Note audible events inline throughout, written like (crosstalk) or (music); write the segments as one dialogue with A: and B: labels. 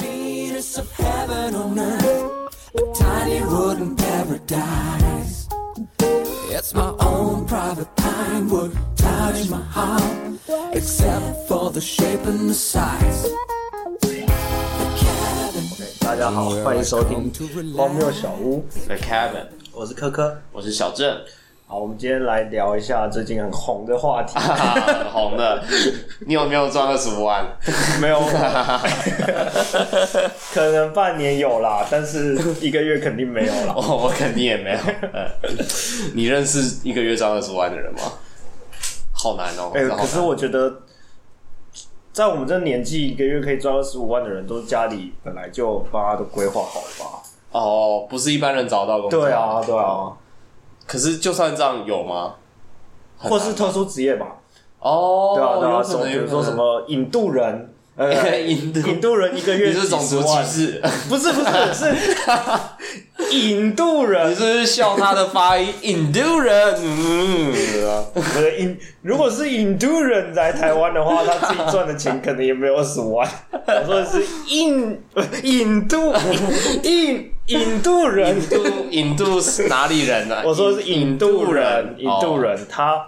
A: pictures of heaven on earth, a tiny wooden paradise. It's my own private pine wood, cloud in my heart, except for the shape and the size. The cabin
B: 大家好，欢迎收听荒谬小屋，
C: The Kevin，
B: 我是科科。
C: 我是小郑，
B: 好，我们今天来聊一下最近很红的话
C: (laughs)
B: 题。
C: 哈哈，很红的。 (laughs) 你有没有赚二十五万？ (laughs)
B: 没有，可能半年有啦，但是一个月肯定没有
C: (laughs)
B: 啦。
C: 我我肯定也没有。呃你认识一个月赚二十万的人吗？好难哦。
B: 哎、
C: 这好难
B: 可是我觉得，在我们这年纪，一个月可以赚二十五万的人，都是家里本来就帮他都规划好了吧？
C: 哦，不是一般人找到工作。
B: 对啊，对啊，
C: 可是就算这样有吗？很
B: 或
C: 难啊
B: 是特殊职业吧？
C: 哦，
B: 对啊，对啊，
C: 有
B: 什
C: 可
B: 么
C: 能
B: 比如说什，么引渡人，
C: 有可
B: 呃
C: 能， (laughs) 印度，
B: 引渡人一个月
C: (laughs) 你是种
B: 几十
C: 族歧
B: 万
C: 视？
B: 不是不是是引渡
C: (laughs) 你
B: 人，
C: 是不是笑他的发音？印度人，嗯，
B: 不是引，如果是引渡人来台湾的话，他自己赚的钱可能也没有二十万。我说的是印不是引渡印 (laughs) 引渡人，
C: 印度，印度是哪里人啊
B: (laughs)
C: 呢？
B: 我说的是引渡人，引渡
C: 哦
B: 人他。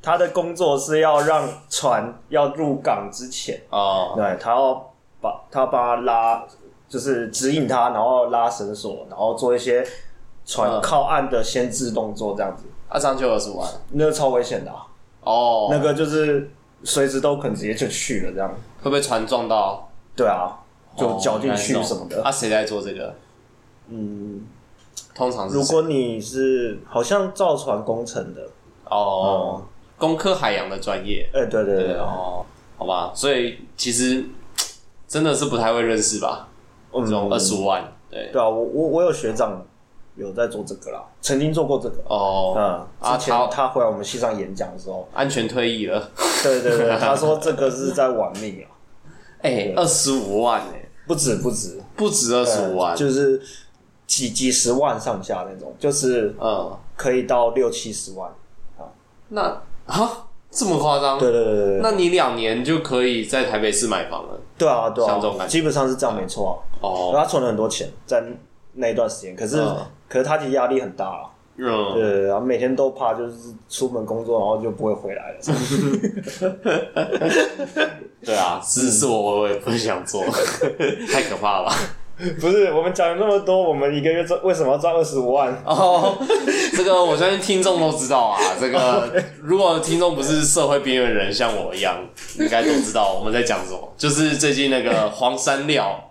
B: 他的工作是要让船要入港之前，
C: 哦，
B: 对他要把他帮他拉，就是指引他，然后拉绳索，然后做一些船
C: 嗯
B: 靠岸的先制动作，这样子。
C: 啊，这样就二十万
B: 那个超危险的、啊，
C: 哦。
B: 那个就是随时都可能直接就去了这样。
C: 会不会船撞到，
B: 对啊，就绞进去
C: 哦
B: 什么的。
C: 啊，谁在做这个？
B: 嗯，
C: 通常是
B: 如
C: 谁
B: 果你是好像造船工程的，
C: 哦
B: 哦，，
C: 工科海洋的专业，
B: 哎、对对对
C: 对哦，好吧，所以其实真的是不太会认识吧，
B: 嗯
C: 这种二十五万，对
B: 对啊，我我我有学长有在做这个啦，曾经做过这个。
C: 哦，
B: 嗯，
C: 啊
B: 之前
C: 他
B: 他回来我们系上演讲的时
C: (laughs)
B: 候，
C: 安全退役了，
B: 对对对，他说这个是在玩命啊，
C: 哎，二十五万哎，
B: 不止不止，
C: 不止二十五万
B: 呃，就是几几十万上下那种，就是
C: 嗯，
B: 可以到六七十万。
C: 那啊这么夸张？
B: 对对对对对，
C: 那你两年就可以在台北市买房了
B: 对啊，对
C: 像这种
B: 啊，
C: 感觉
B: 基本上是这样，没错、啊。然后
C: 哦，
B: 他存了很多钱在那一段时间，可是、
C: 嗯
B: 可是他其实压力很大啊。对
C: 嗯，
B: 对对，然后每天都怕就是出门工作，然后就不会回来
C: (laughs)
B: 了。
C: 对啊，
B: 嗯
C: 是是我我我也不想做， (laughs) 太可怕了吧。
B: 不是，我们讲了那么多，我们一个月赚为什么要赚二十五万？
C: 哦， (laughs) 这个我相信听众都知道啊。这
B: 哦
C: 个如果听众不是社会边缘人，像我一样，应该都知道我们在讲什么。就是最近那个黄山
B: (laughs)
C: 料，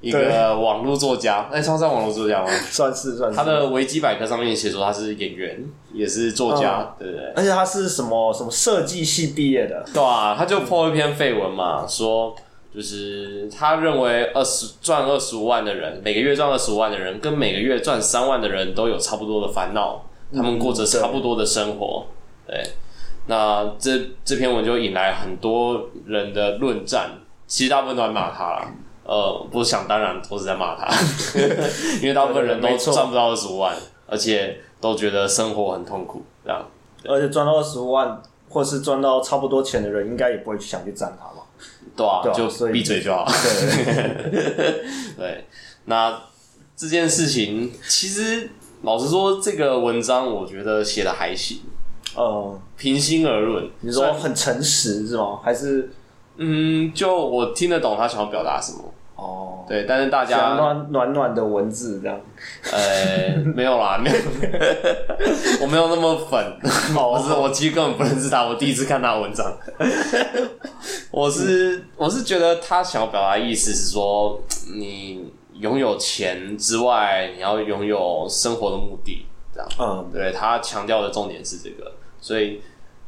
C: 一个网络作家，哎，算算网络作家吗？
B: 算是算是。
C: 他的维基百科上面写说他是演员，也是作
B: 嗯
C: 家，对不对？
B: 而且他是什么什么设计系毕业的？
C: 对啊，他就
B: 嗯
C: po 一篇绯闻嘛，说就是他认为二十赚二十五万的人，每个月赚二十五万的人，跟每个月赚三万的人都有差不多的烦恼，他们过着差不多的生活。
B: 嗯
C: 对，那这这篇文就引来很多人的论战，其实大部分都在骂他啦。呃，我想当然都是在骂他， (laughs) 因为大部分人都
B: 没错
C: 赚不到二十五万，而且都觉得生活很痛苦，这样。
B: 而且赚到二十五万，或是赚到差不多钱的人，应该也不会去想去占他嘛。
C: 对啊，
B: 对啊
C: 就
B: 所以
C: 闭嘴就好。 (laughs) 对，那这件事情其实老实说，这个文章我觉得写的还行。
B: 嗯，
C: 平心而论，
B: 你
C: 虽
B: 说
C: 然
B: 很诚实是吗？还是
C: 嗯，就我听得懂他想要表达什么，
B: 哦，
C: 对，但是大
B: 讲
C: 家
B: 暖暖暖的文字这样？
C: 呃没有啦，没有， (laughs) 我没有那么粉，我是我其实根本 (laughs) 不认识他，我第一次看他的文章，我是我是觉得他想要表达的意思是说，你拥有钱之外，你要拥有生活的目的，这样。
B: 嗯，
C: 对他强调的重点是这个，所以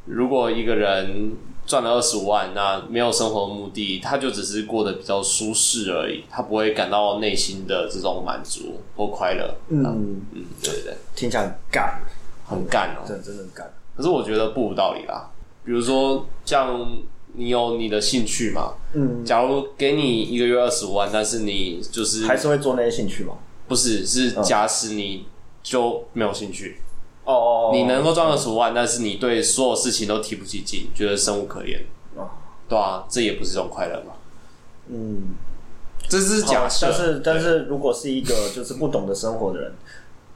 C: 如果一个人赚了二十五万，那没有生活的目的，他就只是过得比较舒适而已，他不会感到内心的这种满足或快乐。
B: 嗯，
C: 嗯，对对对，
B: 听起来很干，
C: 很干哦、
B: 真的真的很干。
C: 可是我觉得不无道理啦。比如说，像你有你的兴趣嘛，
B: 嗯，
C: 假如给你一个月二十五万，但是你就是
B: 还是会做那些兴趣吗？
C: 不是是假使你就没有兴趣，
B: 哦哦，哦
C: 你能够赚二十五万，但是你对所有事情都提不起劲，觉得生无可恋，
B: 哦
C: 对啊，这也不是一种快乐嘛。
B: 嗯，
C: 这是假设，
B: 但是但是如果是一个就是不懂得生活的人，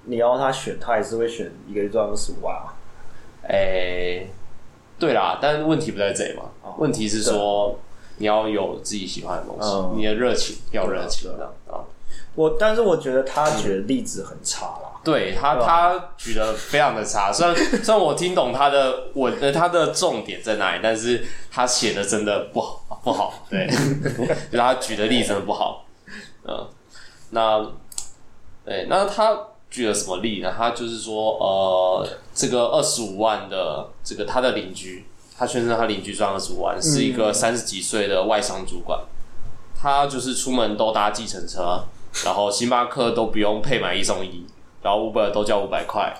B: 你要他选，他也是会选一个月赚二十五万啊。
C: 哎、对啦，但问题不在这里嘛，
B: 哦
C: 问题是说你要有自己喜欢的东西，
B: 嗯
C: 你的热情要有热情
B: 对
C: 这样啊。
B: 我但是我觉得他举的例子很差啦。
C: 对他，
B: 对吧啊
C: 他举的非常的
B: (laughs)
C: 差，虽然虽然我听懂他的我呃他的重点在哪里，但是他写的真的不好不好，对，
B: (laughs)
C: 就是他举的例子真的不好，嗯，那对，那他举了什么例呢？他就是说，呃，这个二十五万的这个他的邻居，他宣称他邻居赚二十五万，是一
B: 嗯
C: 个三十几岁的外商主管，他就是出门都搭计程车，然后星巴克都不用配买一送一，然后 Uber 都交五百
B: (laughs)
C: 块，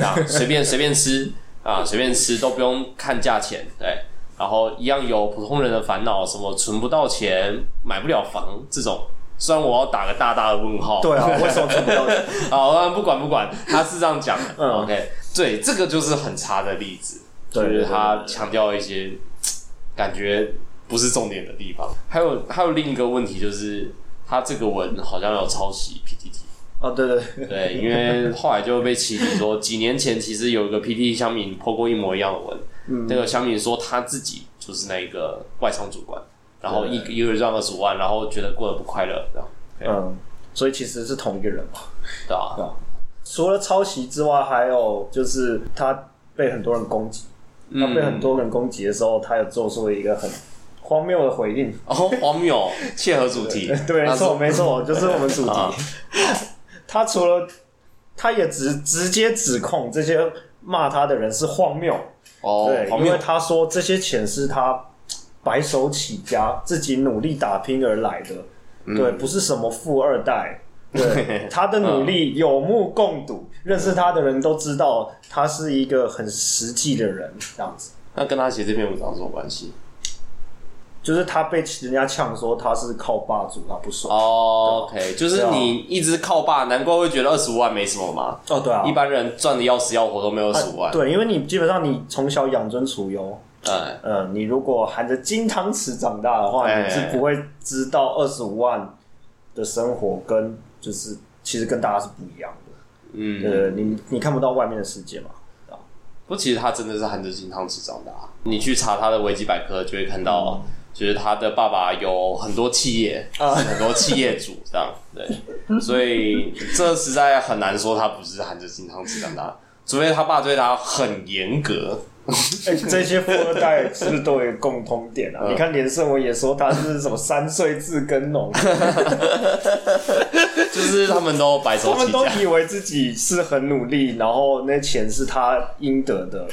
C: 啊，随便随便吃啊，随便吃都不用看价钱，对。然后一样有普通人的烦恼，什么存不到钱、买不了房这种。虽然我要打个大大的问号，
B: 对 (laughs) 啊，为什么赚不到钱？
C: 好，那不管不管，他是这样讲的。
B: 嗯
C: OK，对，这个就是很差的例子，就
B: 对
C: 是
B: 对
C: 他
B: 对对
C: 强调一些嘖感觉不是重点的地方。还有还有另一个问题就是，他这个文好像有抄袭 PTT，
B: 哦，对对对，
C: 对，因为后来就被起底说，几年前其实有一个 PTT 乡民 po 过一模一样的文，
B: 嗯
C: 那个乡民说他自己就是那个外商主管，然后一一个月赚二十五万，然后觉得过得不快乐，这样对
B: 嗯，所以其实是同一个人嘛。
C: 对吧、
B: 对啊除了抄袭之外，还有就是他被很多人攻击。
C: 嗯
B: 他被很多人攻击的时候，他有做出一个很荒谬的回应。。
C: 哦，荒谬，切合主题
B: (laughs) 对，没
C: 那是
B: 错，没
C: (laughs)
B: 错，就是我们主题
C: 啊。
B: 他除了，他也直直接指控这些骂他的人是荒谬，
C: 哦
B: 对，，
C: 荒
B: 因
C: 谬
B: 为，他说这些钱是他白手起家、自己努力打拼而来的，
C: 嗯
B: 对，不是什么富二
C: (laughs)
B: 代。对他的努
C: 嗯
B: 力有目共睹，认识他的人都知道他是一个很实际的人，这样子。
C: 那跟他写这篇文章有什么关系？
B: 就是他被人家呛说他是靠霸主，他不爽。
C: 哦，OK，就是
B: 对啊
C: 你一直靠爸，难怪会觉得二十五万没什么嘛。
B: 哦，对啊，
C: 一般人赚的要死要活都没有二十五万。，
B: 呃对，因为你基本上你从小养尊处优，
C: 哎，
B: 呃，你如果含着金汤匙长大的话，
C: 哎
B: 你是不会知道二十五万的生活跟就是其实跟大家是不一样的。
C: 嗯，
B: 呃，你你看不到外面的世界
C: (laughs)
B: 嘛？对啊
C: 不，其实他真的是含着金汤匙长大。你去查他的维基百科，就会看到，就是他的爸爸有很多企业，
B: 啊
C: 很多企业主这样。对，所以这实在很难说他不是含着金汤匙长大，除非他爸对他很严格。
B: 哎、这些富二代是不是都有共通
C: (laughs)
B: 点
C: 嗯
B: 啊？你看连胜文也说他是什么三岁自耕农，
C: 就是他们都白手
B: 他们
C: 起
B: 都
C: 家，
B: 以为自己是很努力，然后那钱是他应得的，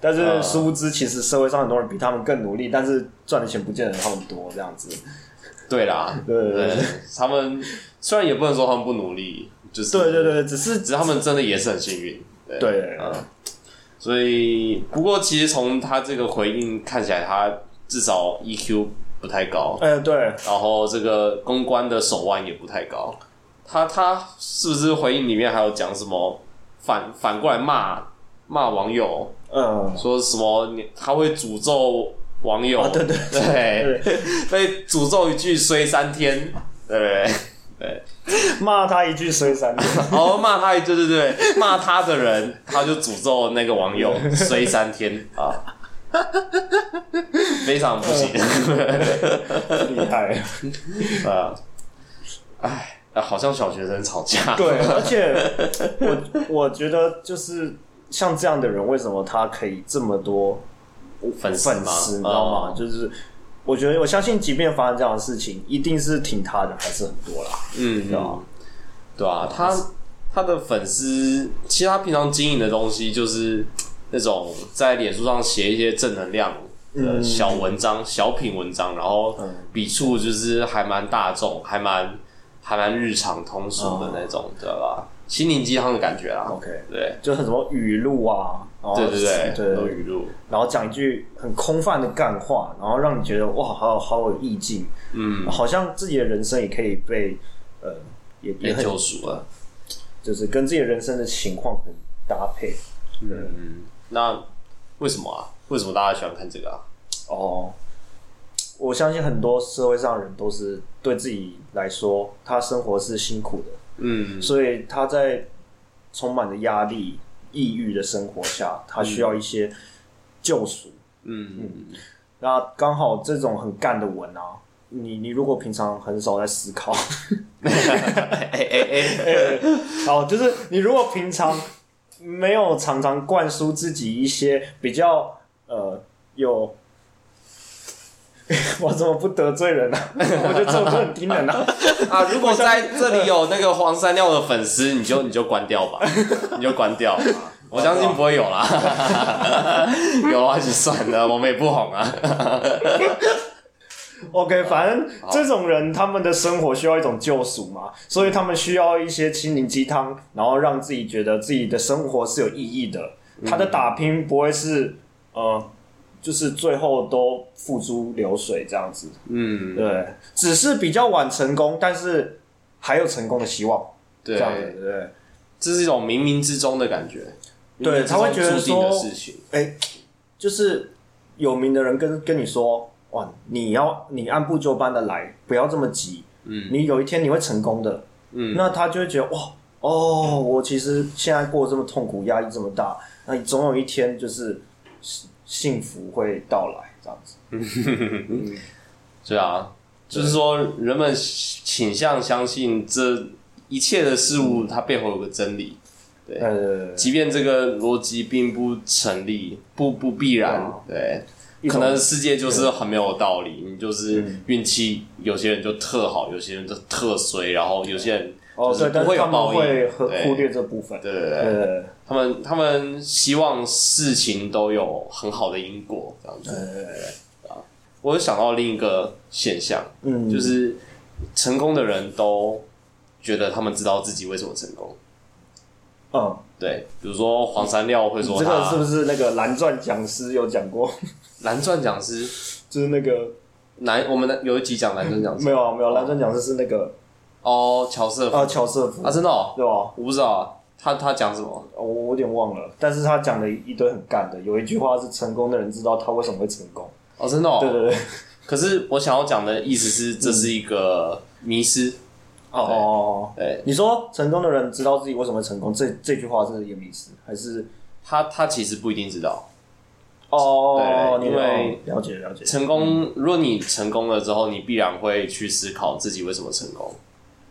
B: 但是
C: 嗯
B: 殊不知，其实社会上很多人比他们更努力，但是赚的钱不见得他们多，这样子。
C: 对啦，
B: 对对对
C: 他们虽然也不能说他们不努力，就是
B: 对对，对，只是
C: 只是他们真的也是很幸运，对，
B: 对，嗯
C: 所以不过其实从他这个回应看起来，他至少 EQ 不太高，
B: 哎对，
C: 然后这个公关的手腕也不太高，他他是不是回应里面还有讲什么反反过来骂骂网友，
B: 嗯，
C: 说什么你他会诅咒网友，
B: 啊对对
C: 对， (laughs) 被诅咒一句衰三天，对不对？对，
B: 骂他一句虽三天，
C: (laughs) 然后哦骂他一句，对对对，骂他的人他就诅咒那个网友衰三天啊，非常不
B: (laughs)
C: 行
B: 厉害。嗯
C: (laughs) 啊，哎、啊好像小学生吵
B: (laughs)
C: 架，
B: 对，而且我我觉得就是像这样的人，为什么他可以这么多
C: (laughs) 粉丝
B: 粉
C: 嘛，
B: 丝，你知道吗？啊
C: 嗯
B: 就是我觉得我相信，即便发生这样的事情，一定是挺他的人还是很多啦。
C: 嗯，对啊，对啊，他他的粉丝，其实他平常经营的东西就是那种在脸书上写一些正能量的
B: 嗯
C: 小文章、小品文章，然后笔触就是还蛮大众，还蛮还蛮日常通俗的那种，对吧？心灵鸡汤的感觉啦
B: 嗯 OK
C: 对
B: 就很什么语录啊，然后
C: 对对对，很多
B: 对
C: 语录，
B: 然后讲一句很空泛的干话，然后让你觉得哇，好有好有意境，
C: 嗯，
B: 好像自己的人生也可以被呃，也也
C: 被
B: 很
C: 救赎了。
B: 就是跟自己的人生的情况很搭配。
C: 那为什么啊？为什么大家喜欢看这个啊？
B: 哦，我相信很多社会上人都是对自己来说，他生活是辛苦的，
C: 嗯，
B: 所以他在充满着压力、抑郁的生活下，他需要一些救赎。
C: 嗯，
B: 那刚好这种很干的文啊，你你如果平常很少在思考，
C: 哎哎哎，
B: (laughs) 哦，就是你如果平常没有常常灌输自己一些比较呃有， (laughs) 我怎么不得罪人呢、啊 (laughs) 我觉得这种都很低能啊。
C: 啊！如果在这里有那个黄山料的粉丝，你就你就
B: (laughs)
C: 关掉吧，你就关掉吧。我相信不会有啦，有的话就算了，我们也不红啊。
B: OK，反正这种人他们的生活需要一种救赎嘛，所以他们需要一些心灵鸡汤，然后让自己觉得自己的生活是有意义的。他的打拼不会是呃，就是最后都付诸流水这样子，
C: 嗯，
B: 对，只是比较晚成功，但是还有成功的希望，这
C: 对，
B: 样子，对。
C: 这是一种冥冥之中的感觉，
B: 对
C: 冥冥之中
B: 他会觉得
C: 注定的
B: 说
C: 事情，
B: 哎，就是有名的人跟跟你说，哇，你要你按部就班的来，不要这么急，
C: 嗯，
B: 你有一天你会成功的，
C: 嗯，
B: 那他就会觉得哇，哦，我其实现在过得这么痛苦，压力这么大，那总有一天就是幸幸福会到来，这样子。
C: 对啊，就是说人们倾向相信这一切的事物，它背后有个真理，
B: 呃，
C: 即便这个逻辑并不成立，不不必然，对，
B: 啊一
C: 可
B: 种
C: 能世界就是很没有道理，你就是运气，有些人就特好，有些人就特衰，然后有些人
B: 哦，
C: 就是
B: 对，但
C: 不会
B: 是
C: 有
B: 他们
C: 报应，
B: 会忽
C: 对
B: 忽略这部分。
C: 对对对，
B: 呃，
C: 他们他们希望事情都有很好的因果，这样子。啊我有想到另一个现象，
B: 嗯，
C: 就是成功的人都觉得他们知道自己为什么成功。
B: 嗯，
C: 对，比如说黄山料会说
B: 这个是
C: 他
B: 不是那个蓝钻讲师有讲过？ (laughs)
C: 蓝钻讲师，
B: 就是那个
C: 蓝我们的有一集讲蓝钻讲师
B: 没有啊没有，蓝钻讲师是那个
C: 哦，乔瑟夫
B: 呃乔瑟夫
C: 啊，，真的哦，
B: 对吧？
C: 我不知道啊，他他讲什么？
B: 我我有点忘了，但是他讲了一堆很干的，有一句话是成功的人知道他为什么会成功。
C: 哦，真的哦。
B: 对对对，
C: 可是我想要讲的意思是，这是一个迷失。
B: 嗯
C: 哎
B: 哦，
C: 对，
B: 你说成功的人知道自己为什么会成功，这这句话是一个迷思，还是
C: 他他其实不一定知道。
B: 哦，
C: 对
B: 你
C: 因为
B: 了解了解，
C: 成功，如果你成功了之后，你必然会去思考自己为什么成功，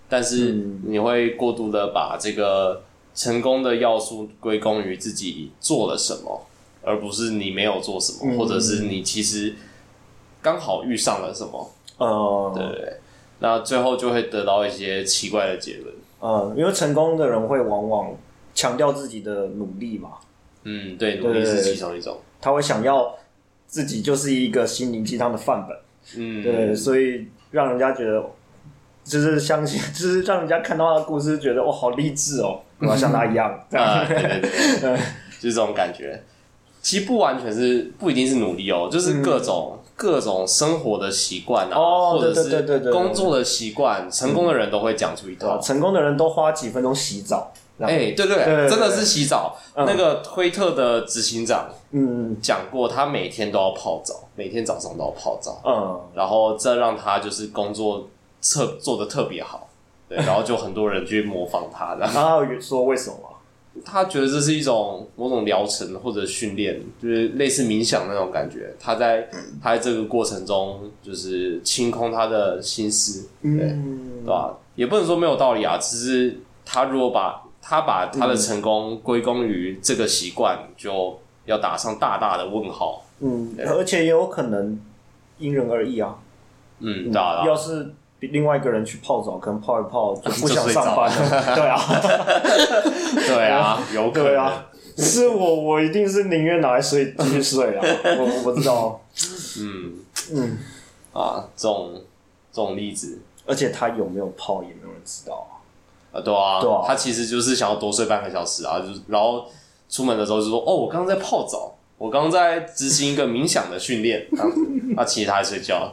C: 但是
B: 嗯
C: 你会过度的把这个成功的要素归功于自己做了什么，而不是你没有做什么，
B: 嗯
C: 或者是你其实刚好遇上了什么，
B: 呃，
C: 对不对？那最后就会得到一些奇怪的结论。
B: 呃，因为成功的人会往往强调自己的努力嘛，
C: 嗯，对，努力
B: 对
C: 是
B: 对
C: 其中一种。
B: 他会想要自己就是一个心灵鸡汤的范本，
C: 嗯，
B: 对，所以让人家觉得就是相信， (laughs) 就是让人家看到他的故事，觉得哦好励志哦，我要像他一样，这样
C: (laughs) 啊，对对对，
B: (laughs)
C: 就是这种感觉。其实不完全是不一定是努力哦，就是各种、各种生活的习惯啊，
B: 嗯哦
C: 或者
B: 对对对对
C: 是
B: 对对
C: 工作的习惯，成功的人都会讲出一
B: 对吧
C: 套。
B: 成功的人都花几分钟洗澡，然后
C: 哎、对对
B: 对对
C: 真的是洗澡。
B: 嗯
C: 那个推特的执行长
B: 嗯
C: 讲过，他每天都要泡澡，每天早上都要泡澡，
B: 嗯，
C: 然后这让他就是工作特做的特别好，
B: (laughs)
C: 对，然后就很多人去模仿他，然后
B: 他有说为什么吗？
C: 他觉得这是一种某种疗程或者训练，就是类似冥想那种感觉。他在
B: 嗯
C: 他在这个过程中，就是清空他的心思，
B: 嗯
C: 对，吧？也不能说没有道理啊，只是他如果把他把他的成功归功于这个习惯，就要打上大大的问号。
B: 嗯，而且也有可能因人而异啊。
C: 嗯，对啊，对
B: 要
C: 啊
B: 是另外一个人去泡澡，可能泡一泡就不
C: 就
B: 想
C: 睡
B: 上
C: 着
B: 班了。 (laughs) 对啊，
C: 对啊，有可
B: 对
C: 能
B: 啊。，是我，我一定是宁愿拿来睡继续睡啊。我我不知
C: (laughs)
B: 道，
C: 嗯
B: 嗯，
C: 啊，这种这种例子
B: 而且他有没有泡也没有人知道啊。
C: 啊，对啊，
B: 对啊
C: 他其实就是想要多睡半个小时啊，就是然后出门的时候就说，哦，我刚刚在泡澡，我刚刚在执行一个冥想的训练，这样子，那其实他在睡觉，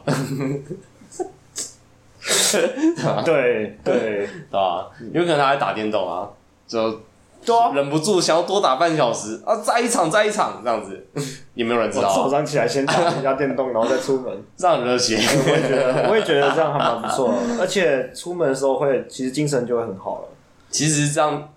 B: 对对， (laughs)
C: 对吧、有可能他在打电动啊，就
B: 对啊，
C: 忍不住想要多打半小时啊，再一场再一场这样子， (laughs) 也没有人知
B: 我早
C: 道，
B: 上起来先打一下电动，然后再出
C: (laughs)
B: 门。
C: 让人热血。
B: 我也觉得，我也觉得这样还蛮不错的，而且出门的时候会，其实精神就会很好了。
C: 其实这样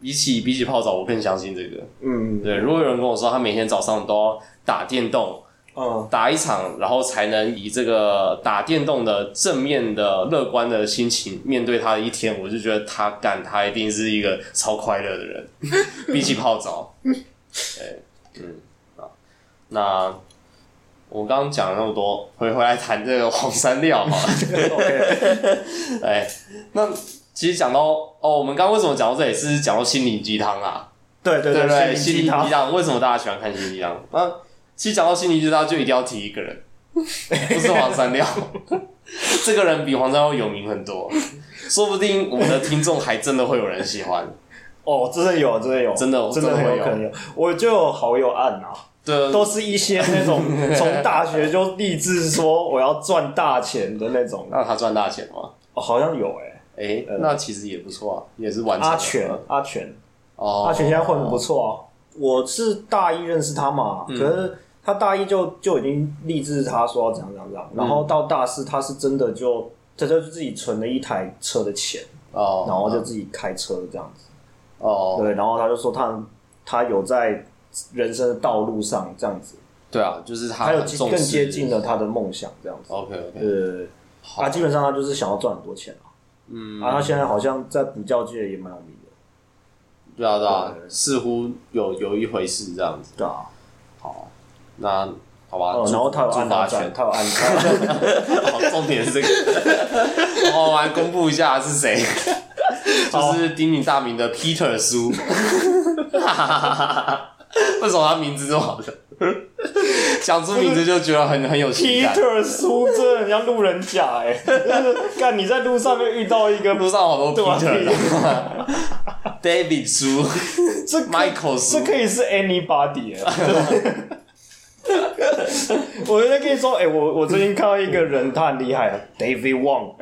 C: 比起比起泡澡，我更相信这个。
B: 嗯
C: 对，如果有人跟我说他每天早上都要打电动，
B: 嗯，
C: 打一场，然后才能以这个打电动的正面的乐观的心情面对他的一天，我就觉得他干他一定是一个超快乐的人，比起泡澡， (laughs) 对，嗯啊，那我刚刚讲了那么多，回回来谈这个黄山料好了，
B: OK，
C: (laughs) 哎，那其实讲到哦，我们刚刚为什么讲到这里是讲到心灵鸡汤啊？
B: 对对
C: 对不对？心
B: 心灵
C: 灵
B: 鸡汤
C: 鸡汤，为什么大家喜欢看心灵鸡汤？那其实讲到心灵鸡汤，就一定要提一
B: (laughs)
C: 个人，不是黄山料。 (laughs) 这个人比黄山料有名很多，说不定我们的听众还真的会有人喜欢。
B: 哦，真的有，真的有，
C: 真的
B: 真的
C: 真的
B: 很
C: 会
B: 有
C: 有嗯
B: 可能有。我就有好友案啊，
C: 对，
B: 都是一些那
C: (laughs)
B: 种从大学就立志说我要赚大钱的那种。
C: 让他赚大钱嘛。
B: 哦，好像有哎，
C: 哎，那其实也不错啊，也是完成了
B: 阿全，阿全，
C: 哦，嗯
B: 阿全现在混的不错啊。我是大一认识他嘛，可是他大一就就已经立志他说要怎样怎样怎样，然后到大四他是真的就他就自己存了一台车的钱，
C: 哦，
B: 然后就自己开车这样子。
C: 哦，
B: 对，然后他就说他他有在人生的道路上这样子，
C: 对啊，就是他
B: 他有
C: 很
B: 接
C: 重
B: 更
C: 视
B: 接近了他的梦想这样子。
C: OK OK，
B: 呃，他基本上他就是想要赚很多钱啊。嗯，啊，他现在好像在补教界也蛮有名的，
C: 对啊对啊
B: 对，
C: 似乎有有一回事这样子。
B: 对啊。
C: 那好吧，
B: 哦，
C: 祝
B: 然后他有
C: 祝
B: 按
C: 阿
B: 到
C: 全
B: 赞，他有按他
C: 好，重点是这个。好，我们来公布一下是谁，
B: 啊
C: 就是鼎鼎大名的 Peter 叔。为什么他名字这么好笑？讲出名字就觉得很很有喜感。
B: Peter 苏真的很像路人甲哎、就是干你在路上面遇到一个
C: 路上好多
B: 对啊
C: Peter，David 叔
B: 这可 (laughs)
C: ，Michael
B: 这
C: 叔，
B: 可以是 anybody 哎、 (laughs) 我在跟你说，哎、我我最近看到一个人，他很厉害啊，David Wang，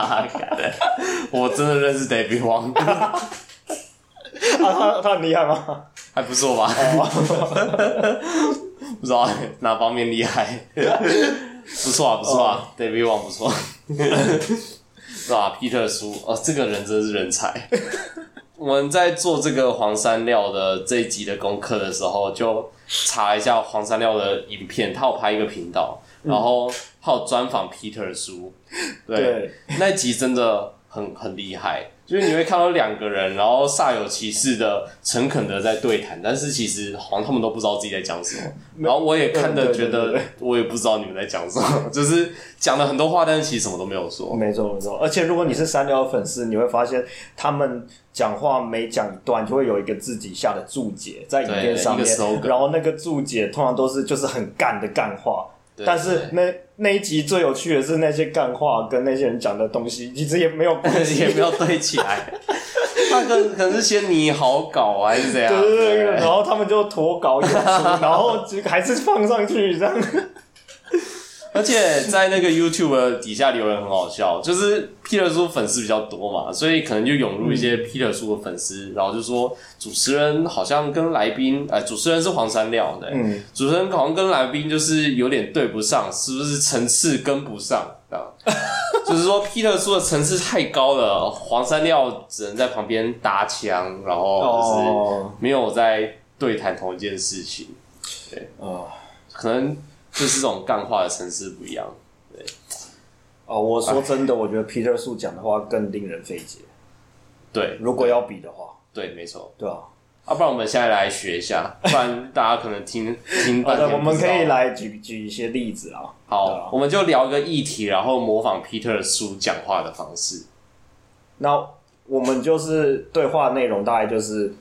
C: (laughs) 我真的认识 David Wang， (laughs)
B: 啊，他他很厉害吗？
C: 还不错吧？
B: 哦
C: (laughs) 不知道哪方面厉害，不错啊，不错
B: 哦
C: 啊、d a v i d Wang 不错， (laughs) 是吧？Peter 叔，哦，这个人真是
B: (laughs)
C: 人才。我们在做这个黄山料的这一集的功课的时候，就查一下黄山料的影片，他有拍一个频道，然后他有专访 Peter 叔，对，
B: 嗯对
C: 那一集真的很很厉害。就是你会看到两个人，然后煞有其事的、诚恳的在对谈，但是其实好像他们都不知道自己在讲什么。然后我也看的
B: 嗯对
C: 觉
B: 对
C: 得
B: 对对，
C: 呃我也不知道你们在讲什么， (laughs) 就是讲了很多话，但是其实什么都没有说。
B: 哦
C: (laughs)
B: 没错没错，而且如果你是三聊粉丝，你会发现他们讲话每讲一段就会有一个自己下的注解在影片上面
C: 对一个 slogan，
B: 然后那个注解通常都是就是很干的干话。
C: 对
B: 但是
C: 对
B: 那那一集最有趣的是那些干话跟那些人讲的东西其实也没有关系，
C: 也没有对起来。 (laughs) 他可能可能是先你好搞啊还是怎样？
B: 对对对，然后他们就脱稿演出，然后就还是放上去这样。
C: 而且在那个 YouTube 的底下留言很好笑，就是 Peter 叔粉丝比较多嘛，所以可能就涌入一些 Peter 叔的粉丝，然后就说主持人好像跟来宾，呃，主持人是黄山料的、
B: 嗯，
C: 主持人好像跟来宾就是有点对不上，是不是层次跟不上？这样 (laughs) 就是说 Peter 叔的层次太高了，黄山料只能在旁边搭腔，然后就是没有在对谈同一件事情。
B: 哦
C: 可能就是这种干话的层次不一样。
B: 哦，我说真的，我觉得 Peter 树讲的话更令人费解，
C: 对
B: 如果要比的话，
C: 对，没错。
B: 对啊。
C: 啊，不然我们现在来学一下，不然大家可能
B: (laughs)
C: 听听
B: 好的，
C: 半天不知道。
B: 我们可以来举举一些例子啊。对啊
C: 好，我们就聊一个议题，然后模仿 Peter 叔讲话的方式。
B: 那我们就是对话内容大概就是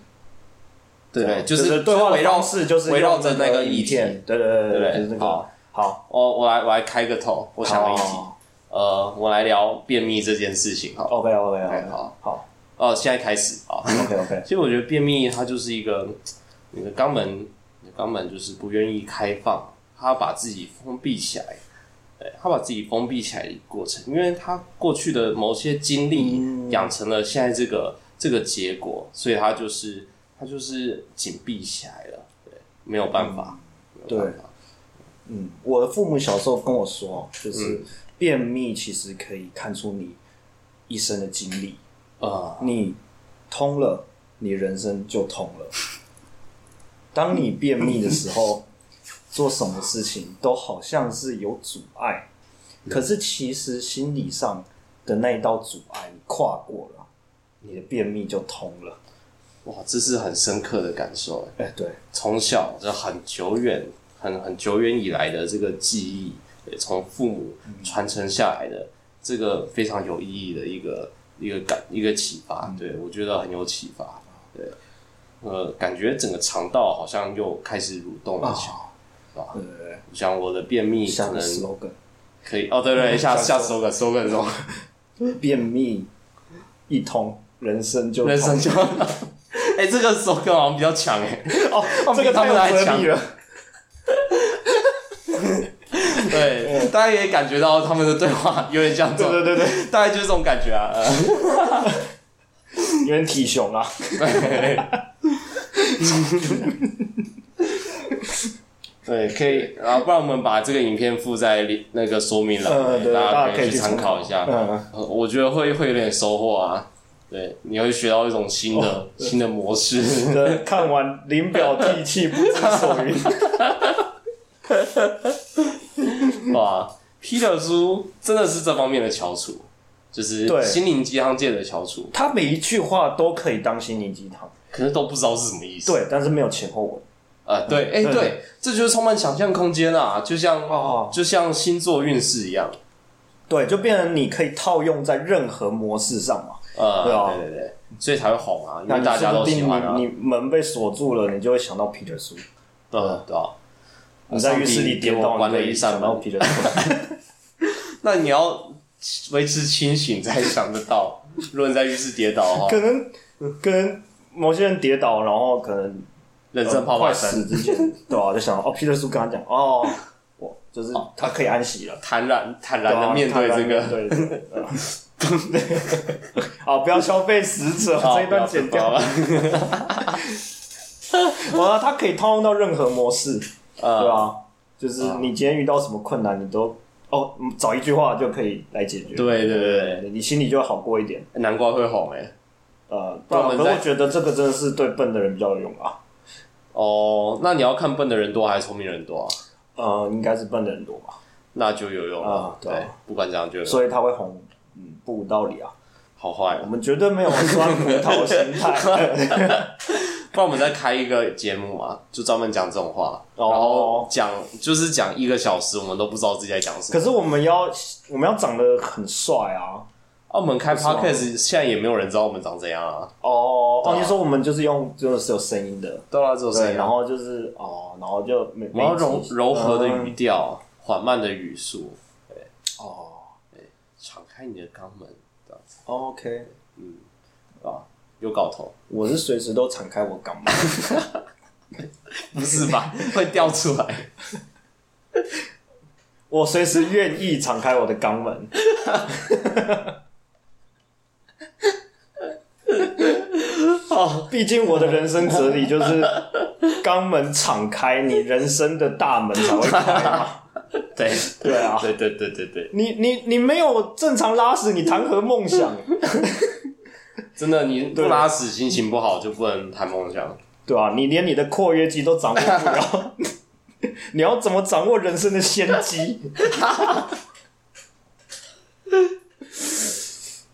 C: 对，就
B: 就是对话
C: 围
B: 的
C: 绕
B: 方式，就是
C: 围绕着
B: 用那
C: 个
B: 影
C: 议题。
B: 片，对对对
C: 对
B: 就是那个
C: 好
B: 好，
C: 我我来我来开个头，我想了一题。
B: 好
C: 呃，我来聊便秘这件事情。好，
B: ，OK OK OK，
C: OK，好
B: 好
C: 哦，现在开始啊。好
B: OK OK，
C: 其实我觉得便秘它就是一个，你的肛门，你的肛门就是不愿意开放，它把自己封闭起来，对，它把自己封闭起来的过程，因为它过去的某些经历养成了现在这个这个结果，所以他就是他就是紧闭起来了，对，没有办法，没有办法，
B: 嗯，我的父母小时候跟我说，就是
C: 嗯
B: 便秘其实可以看出你一生的经历，
C: 啊、
B: 你通了，你人生就通了。当你便秘的时候，做什么事情都好像是有阻碍，可是其实心理上的那一道阻碍你跨过了，你的便秘就通了。
C: 哇，这是很深刻的感受，哎
B: 哎、对，
C: 从小这很久远、很很久远以来的这个记忆，也从父母传承下来的这个非常有意义的一个一个感一个启发，
B: 嗯
C: 对我觉得很有启发，对，呃，感觉整个肠道好像又开始蠕动了起来，
B: 啊
C: 对吧？
B: 呃，
C: 像我的便秘可
B: 下个
C: 能
B: slogan，
C: 可以哦，对对，下下收个收个收，
B: 便秘一通，人生就
C: 人
B: 通
C: 生就。哎、这个手感好像比较强哎、
B: (laughs) 哦，这个
C: 他
B: 太
C: 们来
B: 有哲
C: 讲
B: 理了。 (laughs)
C: 对，大家也感觉到他们的对话有点像这
B: 对
C: 种，
B: 对对对，
C: 大概就是这种感觉啊。呃
B: (laughs) 有点体熊啊。
C: 对， (laughs) 对，可以，然后不然我们把这个影片附在那个说明栏，
B: 嗯对
C: 大
B: 大家可以
C: 去
B: 去
C: 参
B: 参
C: 考
B: 考
C: 一下。
B: 嗯
C: 呃我觉得会会有点收获啊。对，你会学到一种新的、
B: 哦
C: 新的模式。
B: (laughs) 对看完林表涕泣不知所云。
C: 哇，Peter 叔真的是这方面的翘楚，就是
B: 对
C: 心灵鸡汤界的翘楚，
B: 他每一句话都可以当心灵鸡汤，
C: 可是都不知道是什么意思。
B: 对，但是没有前后文。
C: 啊，对，哎、
B: 嗯
C: 对，这就是充满想象空间啊，就像、
B: 哦
C: 就像星座运势一样，
B: 对，就变成你可以套用在任何模式上嘛。
C: 呃，
B: 对啊
C: 对对对，所以才会红啊，因
B: 那
C: 为
B: 你
C: 大家
B: 说
C: 都
B: 不
C: 喜
B: 定
C: 欢啊
B: 你，你门被锁住了，你就会想到 Peter 叔。
C: 对
B: 嗯
C: 啊对啊。
B: 你在浴室
C: 上帝
B: 里
C: 给
B: 跌
C: 我
B: 倒，
C: 关
B: 你
C: 了
B: 就
C: 一
B: 一
C: 扇
B: 想到
C: 门，
B: Peter 叔。
C: 那你要维持清醒才想得到。如果你在浴室跌倒的话
B: 可，能可能某些人跌倒，然后可能
C: 人生泡
B: 快
C: 泡
B: 死
C: 生，
B: 之前，对吧、就想哦，Peter 叔跟他讲哦，我就是他可以安息了。
C: 坦然坦
B: 对
C: 然
B: 啊
C: 的面
B: 坦
C: 对这
B: 然
C: 个。
B: 面对这个。 (laughs) 好，不要消费死者，
C: 好
B: 这一段剪掉。
C: 啊不要
B: 了。哇，它可以套用到任何模式，对
C: 呃，
B: 吧？就是你今天遇到什么困难，你都哦嗯找一句话就可以来解决。
C: 对对对
B: 对，你心里就会好过一点。
C: 对，难怪会红哎。
B: 呃，
C: 那我
B: 对，
C: 们
B: 可
C: 再
B: 我觉得这个真的是对笨的人比较有用啊。
C: 哦，那你要看笨的人多还是聪明人多啊？
B: 呃，应该是笨的人多吧，
C: 那就有用了
B: 啊。对啊
C: 对，不管怎样就有用，
B: 所以他会红。嗯，不无道理啊，
C: 好坏
B: 我。们绝对没有酸葡萄心态。
C: (laughs) 不然我们再开一个节目啊，就专门讲这种话，
B: 哦
C: 然后讲就是讲一个小时，我们都不知道自己在讲什
B: 可
C: 么。
B: 是我们要我们要长得很帅啊！
C: 澳门开
B: 是吗
C: podcast 现在也没有人知道我们长怎样啊。
B: 哦，
C: 对啊
B: 哦，你说我们就是用就是有声音的，
C: 对啊，这种声
B: 对，
C: 音，
B: 然后就是哦，然后就每
C: 我们要
B: 每一集
C: 柔柔和的语
B: 嗯
C: 调，缓、慢的语速，
B: 哦
C: 敞开你的肛门，这样子，
B: ，OK，
C: 对吧？有搞头？ (laughs)
B: 我是随时都敞开我肛门，
C: 不是吧？会掉出来？
B: (laughs) 我随时愿意敞开我的肛门。 (laughs)
C: 哦，
B: 毕竟我的人生哲理就是肛门敞开，你人生的大门才会开 (laughs) 嘛。
C: 对，
B: (laughs) 对啊
C: 对对对对对，
B: 你你你没有正常拉屎，你谈何梦 (laughs) 想？
C: 真的，你不拉屎，心情不好就不能谈梦想。
B: 对啊，你连你的括约肌都掌握不了， (laughs) 你要怎么掌握人生的先机？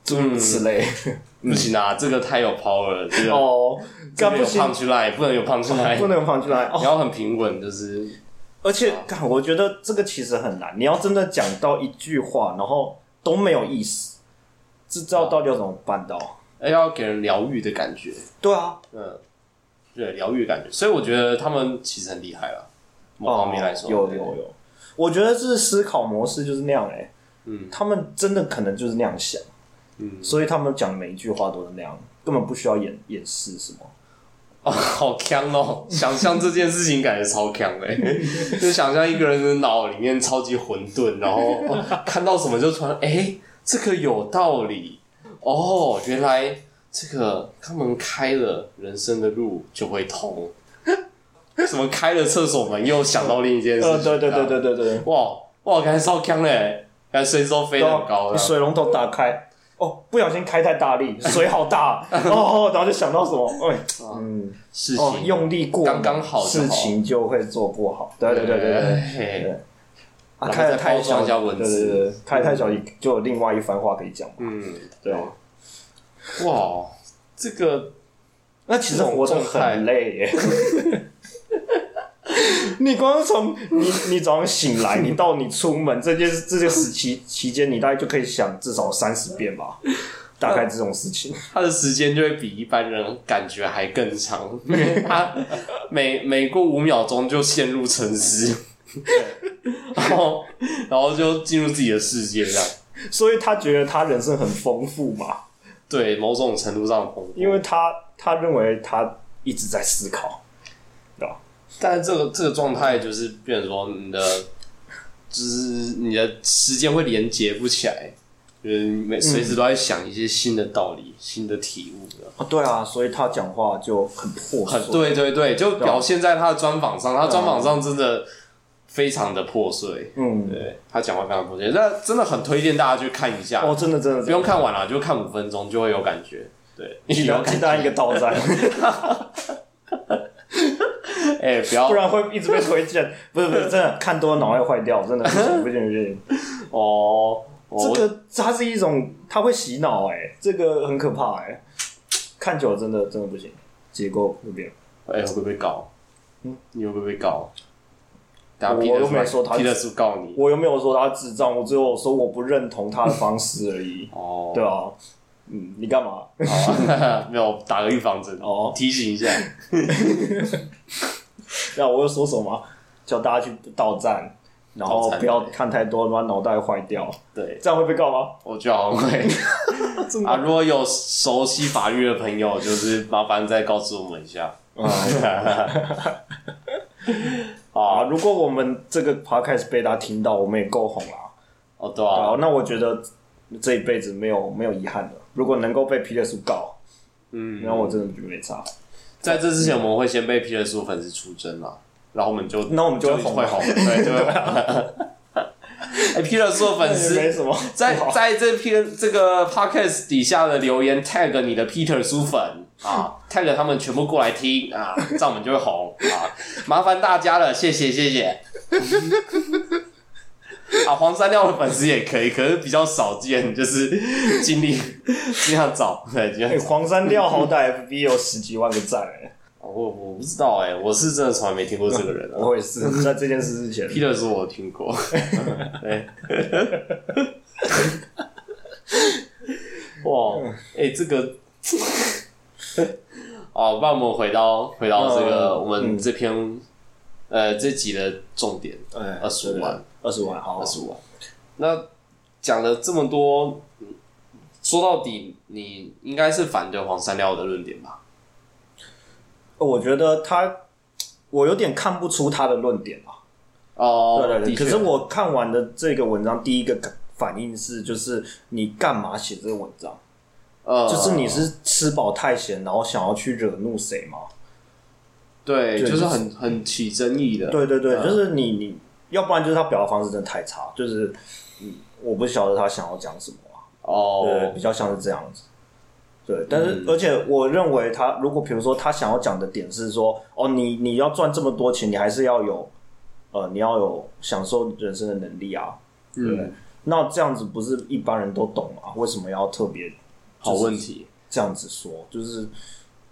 B: 诸如此类。
C: 嗯不行啊，这个太有 power 了，这个、
B: 哦，
C: 这
B: 干
C: 个
B: 不
C: 有
B: 行，
C: punch line，不能有 punch line，
B: 不能放进来
C: 你
B: 哦。
C: 要很平稳，就是
B: 而且，干，我觉得这个其实很难。你要真的讲到一句话，然后都没有意思，这知道到底要怎么办到？
C: 哎要给人疗愈的感觉，
B: 对啊，
C: 嗯，对，疗愈的感觉。所以我觉得他们其实很厉害了，某方面来说，
B: 哦有
C: 对
B: 有，有，我觉得是思考模式就是那样哎、
C: 嗯
B: 他们真的可能就是那样想。
C: 嗯，
B: 所以他们讲每一句话都是那样，根本不需要掩掩饰什么。
C: 哦，好强哦！ (laughs) 想象这件事情感觉
B: (laughs)
C: 超强的、就想象一个人的脑里面超级混沌，然后、 (laughs) 哦看到什么就突然，哎、这个有道理哦，原来这个他们开了，人生的路就会通。 (laughs) 什么开了厕所门，又想到另一件事情、
B: 呃，对对对对
C: 对，
B: 对对，
C: 哇哇，感觉烧香嘞，感觉税收飞得很高啊
B: 你
C: 了。
B: 水龙头打开，哦，不小心开太大力，水好
C: (laughs)
B: 大，哦，然后就想到什么，哎，
C: 啊
B: 嗯，
C: 事情、
B: 哦，用力过猛，
C: 刚刚好就好
B: 事情就会做不好。对对对对对，
C: 对
B: 对啊，
C: 然后
B: 开的
C: 再
B: 太
C: 包装
B: 小，
C: 一下文
B: 对
C: 字
B: 对对对，开得太小就有另外一番话可以讲嘛。
C: (laughs) 嗯，
B: 对，
C: 哇，这个
B: 那其实活得很累耶。 (laughs) 你光从你你早上醒来，你到你出门这件这件时期期间，你大概就可以想至少三十遍
C: (laughs)
B: 吧，大概这种事情。
C: 他的时间就会比一般人感觉还更 (laughs) 长，因为他每每过五秒钟就陷入沉思， (laughs) 然后然后就进入自己的世界这样。
B: 所以他觉得他人生很丰富嘛，
C: 对，某种程度上丰富，
B: 因为他他认为他一直在思考，对吧？
C: 但是这个这个状态就是变成说你的，就是你的时间会连接不起来，就是你每随时都在想一些新的道理、新的体悟的。
B: 啊，对啊，所以他讲话就很破碎，
C: 很对对对，就表现在他的专访上，他专访上真的非常的破碎，
B: 嗯，
C: 对他讲话非常破碎，那真的很推荐大家去看一下，
B: 哦，真的真的，
C: 不用看完了，就看五分钟就会有感觉，
B: (laughs)
C: 对，
B: 鸡
C: 有
B: 蛋
C: 感
B: 鸡蛋一个倒站，
C: (laughs) 哎，不要
B: 不然会一直被推荐。不是不是，
C: (laughs)
B: 真的看多了脑袋坏掉，真的不行不行不行。
C: 哦，我
B: 这个它是一种，它会洗脑哎、这个很可怕哎、看久了真的真的不行，结构会变。
C: 哎会不会被告？
B: 嗯
C: 你会不会被告？等下
B: 我
C: Peter
B: 又没
C: 出来
B: 说他
C: Peter 是不是告你。
B: 我又没有说他智障，我只有说我不认同他的方式而已
C: (laughs) 哦，
B: 对啊，嗯，你干嘛？
C: 好啊没有打个预防针
B: 哦
C: 提醒一下，
B: 那我又说什么？叫大家去到站，然后
C: 到站
B: 不要看太多，把脑袋坏掉，
C: 对，
B: 这样会被告吗？
C: 我觉得
B: (laughs)
C: 好像会。啊，如果有熟悉法律的朋友，就是麻烦再告知我们一下。
B: 嗯 (laughs) 啊，
C: 啊，
B: 如果我们这个 podcast 被大家听到，我们也够红啦。
C: 哦，对
B: 啊
C: 啊，，
B: 那我觉得这一辈子没有没有遗憾了。如果能够被皮特叔告，
C: 嗯，
B: 那我真的觉得没差。
C: 在这之前，我们会先被 P 的书粉丝出征啦，然后我们就
B: 那我们就
C: 就
B: 会红
C: 会红，
B: (laughs)
C: 对对。 (laughs) 哎，P 的书粉
B: 也没
C: 丝
B: 什么，
C: 在
B: 不好
C: 在这篇这个 podcast 底下的留言 tag 你的 Peter 书粉啊，tag 他们全部过来听啊，这样我们就会红啊，麻烦大家了，谢谢谢谢。 (laughs) 啊，黄山料的粉丝也可以，可是比较少见，就是尽力尽量找，对，尽量
B: 哎
C: 找。
B: 黄山料好歹 FB 有十几万个赞哎，
C: 我我不知道哎、我是真的从来没听过这个人、
B: (laughs)
C: 啊。
B: 我也是在这件事之前，
C: Peter 是我
B: (laughs)
C: 听过，对，哇，哎、这个， (laughs) 哦，那我们回到回到这个、
B: 嗯
C: 我们这篇、呃这集的重点，
B: 哎
C: 25万，
B: 二十万，好
C: 二，十五万。那讲了这么多，嗯说到底，你应该是反对黄山料的论点吧？
B: 我觉得他，我有点看不出他的论点啊。
C: 哦，
B: 对对对，
C: 的确
B: 可是我看完的这个文章，第一个感反应是，就是你干嘛写这个文章？
C: 呃，
B: 就是你是吃饱太闲，然后想要去惹怒谁吗？
C: 对，
B: 对就
C: 就
B: 是
C: 是很很起争议的，
B: 对对对，
C: 嗯
B: 就是你你，要不然就是他表达方式真的太差，就是嗯，我不晓得他想要讲什么啊、对，
C: 哦
B: 比，较像是这样子。对，但是、
C: 嗯
B: 而且我认为他如果比如说他想要讲的点是说，哦，你你要赚这么多钱，你还是要有呃，你要有享受人生的能力啊。
C: 嗯，
B: 那这样子不是一般人都懂啊？为什么要特别
C: 好问题，
B: 这样子说？就是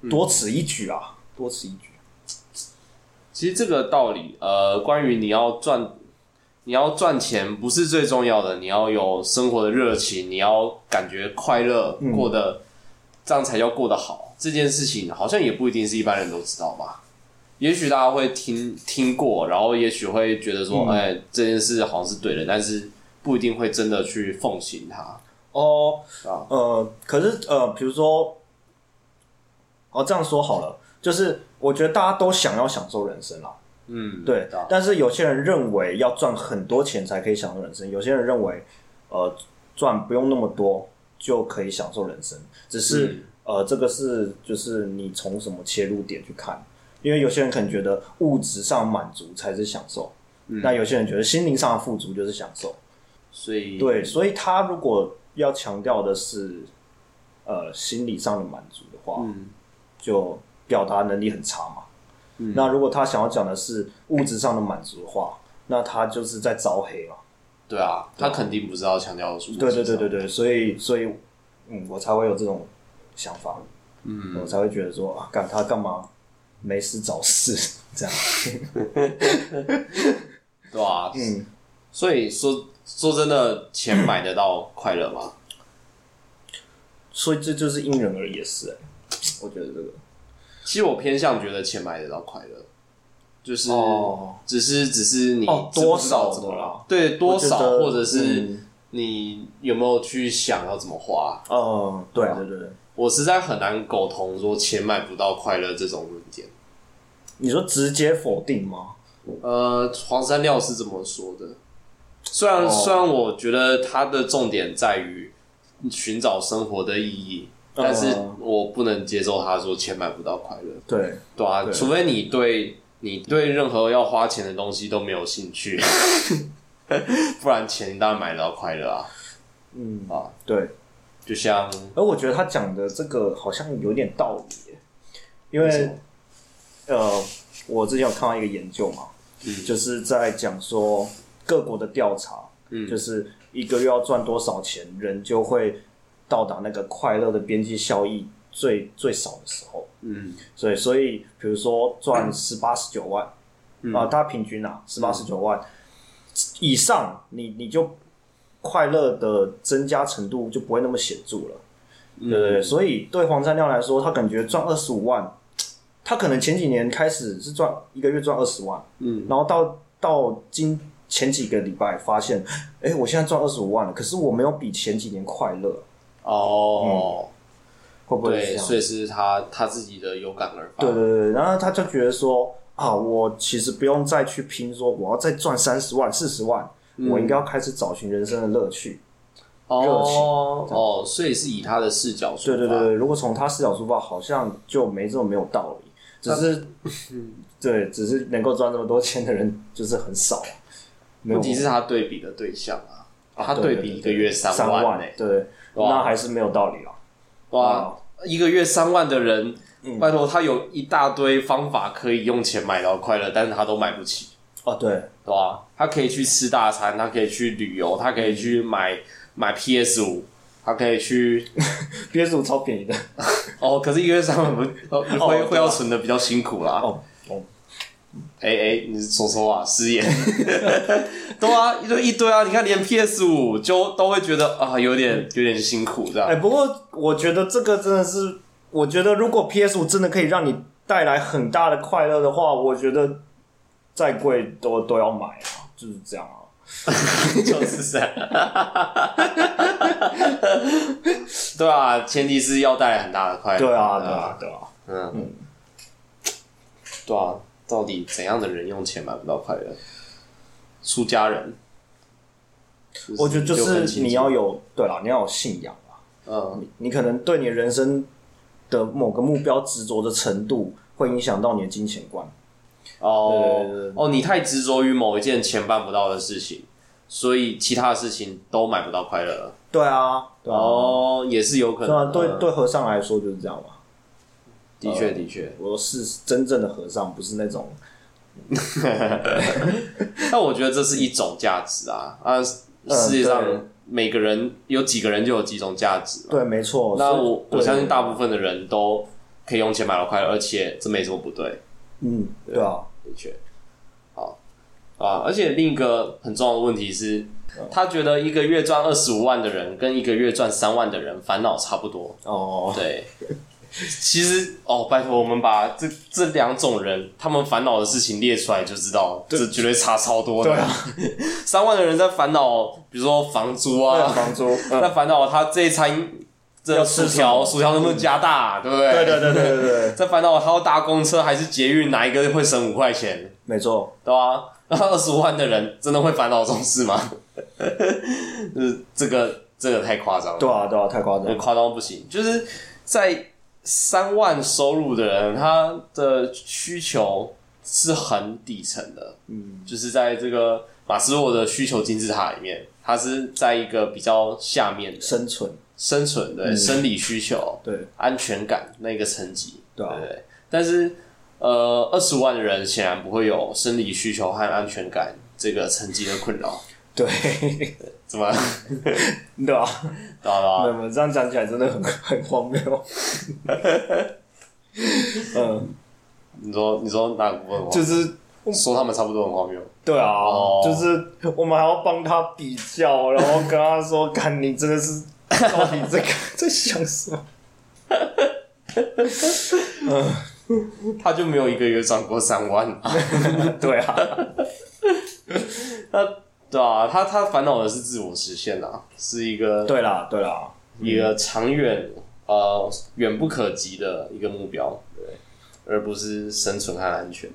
B: 多此一举啊，多此一举。
C: 其实这个道理，呃，关于你要赚，你要赚钱不是最重要的，你要有生活的热情，你要感觉快乐，过得这样才叫过得好。这件事情好像也不一定是一般人都知道吧。也许大家会听听过，然后也许会觉得说，
B: 嗯
C: 哎、这件事好像是对的，但是不一定会真的去奉行它。
B: 哦
C: 啊，
B: 呃，可是呃，比如说，哦，这样说好了，就是我觉得大家都想要享受人生啦，
C: 嗯，
B: 对，
C: 啊
B: 但是有些人认为要赚很多钱才可以享受人生，有些人认为呃赚不用那么多就可以享受人生，只是、
C: 嗯
B: 呃，这个是就是你从什么切入点去看，因为有些人可能觉得物质上满足才是享受，那、有些人觉得心灵上的富足就是享受。
C: 所以
B: 对，所以他如果要强调的是呃心理上的满足的话，
C: 嗯
B: 就表达能力很差嘛。
C: 嗯
B: 那如果他想要讲的是物质上的满足的话，那他就是在招黑嘛。
C: 对啊，他肯定不知道强调的是
B: 对对对对对，所以所以，嗯，我才会有这种想法，嗯，我才会觉得说啊，干他干嘛没事找事这样，
C: 对啊，
B: 嗯，
C: 所以说说真的，钱买得到快乐吗？
B: 所以这就是因人而异的事、欸我觉得这个
C: 其实我偏向觉得钱买得到快乐，就是、
B: 哦
C: 只是只是你
B: 哦
C: 知不知道
B: 多少
C: 怎么
B: 的啦
C: 了，对多少
B: 我觉得
C: 或者是
B: 嗯
C: 你有没有去想要怎么花？
B: 哦、对对对对，
C: 我实在很难苟同说钱买不到快乐这种论点。
B: 你说直接否定吗？
C: 呃，黄山料是这么说的。虽然、
B: 哦
C: 虽然我觉得它的重点在于寻找生活的意义，但是
B: 哦
C: 我不能接受他说钱买不到快乐，
B: 对，
C: 对啊，
B: 对
C: 除非你对你对任何要花钱的东西都没有兴
B: (laughs)
C: 趣，不然钱当然买得到快乐啊。
B: 嗯
C: 啊，
B: 对，
C: 就像
B: 而我觉得他讲的这个好像有点道理耶，因
C: 什
B: 为
C: 么
B: 呃，我之前有看到一个研究嘛，就是在讲说各国的调查，
C: 嗯
B: 就是一个月要赚多少钱，人就会到达那个快乐的边际效益最最少的时候。
C: 嗯
B: 所以，所以比如说赚十八十九万，
C: 嗯
B: 啊，他平均啊十八十九万以上，你你就快乐的增加程度就不会那么显著了，
C: 嗯
B: 对对对。所以对黄山亮来说，他感觉赚二十五万，他可能前几年开始是赚一个月赚二十万，
C: 嗯，
B: 然后到到今前几个礼拜发现，哎，我现在赚二十五万了，可是我没有比前几年快乐，
C: 哦，
B: 会不嗯会是这
C: 对，
B: 样？
C: 所以是他他自己的有感而发，
B: 对对对，然后他就觉得说啊，我其实不用再去拼，说我要再赚三十万、四十万，
C: 嗯
B: 我应该要开始找寻人生的乐趣。热情
C: 哦哦，所以是以他的视角出
B: 对
C: 发，
B: 对对对，如果从他视角出发，好像就没这么没有道理，只是对，只是能够赚这么多钱的人就是很少啊。没有
C: 问题是他对比的对象啊，他
B: 对
C: 对比一
B: 对
C: 个月
B: 三
C: 万呢、欸
B: 对，
C: 哇
B: 那还是没有道理了。啊哦
C: 哇，一个月三万的人，
B: 嗯
C: 拜托他有一大堆方法可以用钱买到快乐，但是他都买不起，
B: 啊，对，
C: 对吧、他可以去吃大餐，他可以去旅游，他可以去
B: 嗯
C: 买买 PS 五，他可以去
B: 别墅超便宜
C: (laughs)
B: 的。
C: 哦，可是一个月
B: (laughs)
C: 三万不会、
B: 对啊
C: 会要存的比较辛苦啦。
B: 哦哦，
C: 哎哎，你说说啊，失言。 (laughs) 对啊，一堆一堆啊，你看连 PS 五就都会觉得啊，有点有点辛苦这样
B: 哎、。不过我觉得这个真的是，我觉得如果 PS 五真的可以让你带来很大的快乐的话，我觉得再贵都都要买啊，就是这样啊。
C: 就是这样。对啊，前提是要带来很大的快乐。
B: 对啊，对啊，，对啊，
C: 嗯嗯，对啊，到底怎样的人用钱买不到快乐？出家人，
B: 我觉得就
C: 六根
B: 是
C: 清
B: 你
C: 净
B: 要有，对啦，你要有信仰啊。
C: 嗯
B: 你你可能对你人生的某个目标执着的程度，会影响到你的金钱观。对对
C: 哦
B: 对
C: 哦，你太执着于某一件钱办不到的事情，所以其他的事情都买不到快乐了。
B: 对啊，对啊，
C: 哦，也是有可
B: 对啊，
C: 能。
B: 对
C: 嗯，
B: 对，和尚来说就是这样嘛。
C: 的确的确。
B: 我是真正的和尚，不是那种
C: 嗯但我觉得这是一种价值啊
B: 嗯
C: 啊！世
B: 对
C: 界上每个人有几个人就有几种价值嘛。
B: 对，没错。
C: 那
B: 哦所以
C: 我
B: 对
C: 我相信大部分的人都可以用钱买到快乐，而且这没什么不对，
B: 嗯，对啊，
C: 的确。好啊，而且另一个很重要的问题是，
B: 嗯
C: 他觉得一个月赚二十五万的人跟一个月赚三万的人烦恼差不多。
B: 哦，
C: 对，其实哦，拜托我们把这这两种人他们烦恼的事情列出来就知道，这绝对差超多的。
B: 对啊
C: (laughs) 三万的人在烦恼，比如说房租啊，
B: 房 (laughs) 租，嗯
C: 在烦恼他这一餐这
B: 要吃
C: 薯条薯条能不能加大，对不对？
B: 对对对对对对，
C: 在烦恼他要搭公车还是捷运，哪一个会省五块钱，
B: 没错，
C: 对吧、然后二十五万的人真的会烦恼这种事吗？ (laughs) 就是这个这个太夸张了。
B: 对啊对啊，太夸张
C: 很
B: 了，
C: 夸张到不行，就是在三万收入的人，他的需求是很底层的，嗯，就是在这个马斯洛的需求金字塔里面，他是在一个比较下面的
B: 生存，
C: 生存对、生理需求、
B: 对
C: 安全感那个层级，
B: 对啊
C: 对不对？但是呃，二十万的人显然不会有生理需求和安全感这个层级的困扰，
B: 对 (laughs)
C: 怎么？ (laughs)
B: 对啊，
C: 对啊对啊
B: 没有没有，这样讲起来真的很 (laughs) 很荒谬。 (laughs) 嗯，
C: 你说你说哪个部分荒谬？
B: 就是
C: 说他们差不多很荒谬。
B: 对啊，
C: 哦
B: 就是我们还要帮他比较，然后跟他说：“看你真的是 (laughs) 到底在干在想什么
C: 他就没有一个月赚过三万、 (laughs) 啊，？”
B: 对啊，
C: 对啊，他他烦恼的是自我实现啊，是一个
B: 对啦，对啦，
C: 一个长远呃远不可及的一个目标，对，而不是生存和安全。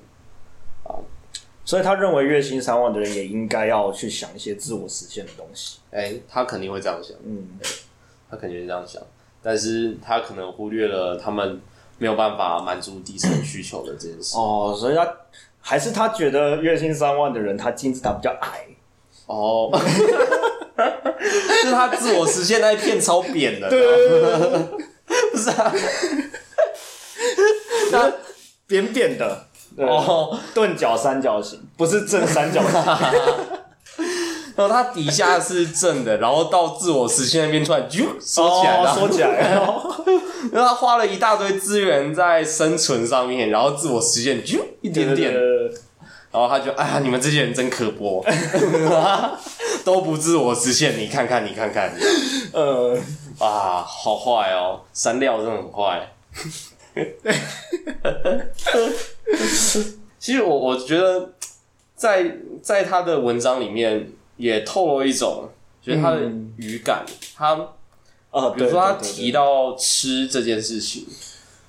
B: 所以他认为月薪三万的人也应该要去想一些自我实现的东西。
C: 哎、他肯定会这样想，
B: 嗯，
C: 他肯定会这样想，但是他可能忽略了他们没有办法满足底层需求的这件事。
B: 哦，所以他还是他觉得月薪三万的人，他金字塔比较矮。
C: 哦， (laughs) 就是他自我实现那一片超扁的， (laughs) 不是啊，
B: 那扁扁的，对
C: 哦。
B: 钝角三角形，不是正三角
C: (laughs)
B: 形。
C: 然后它底下是正的，然后到自我实现那边突然啾缩起来
B: 哦
C: 了，
B: 缩起
C: (laughs)
B: 来了。
C: 因为他花了一大堆资源在生存上面，然后自我实现啾一点点，然后他就哎呀，你们这些人真刻薄， (laughs) 都不自我实现，你看看，你看看，
B: 呃，
C: 啊，好坏哦，删掉真的很坏。 (laughs) 其实我我觉得在在他的文章里面也透露一种，就是他的
B: 嗯
C: 语感，他
B: 啊，
C: 比如说他
B: 对对对
C: 提到吃这件事情，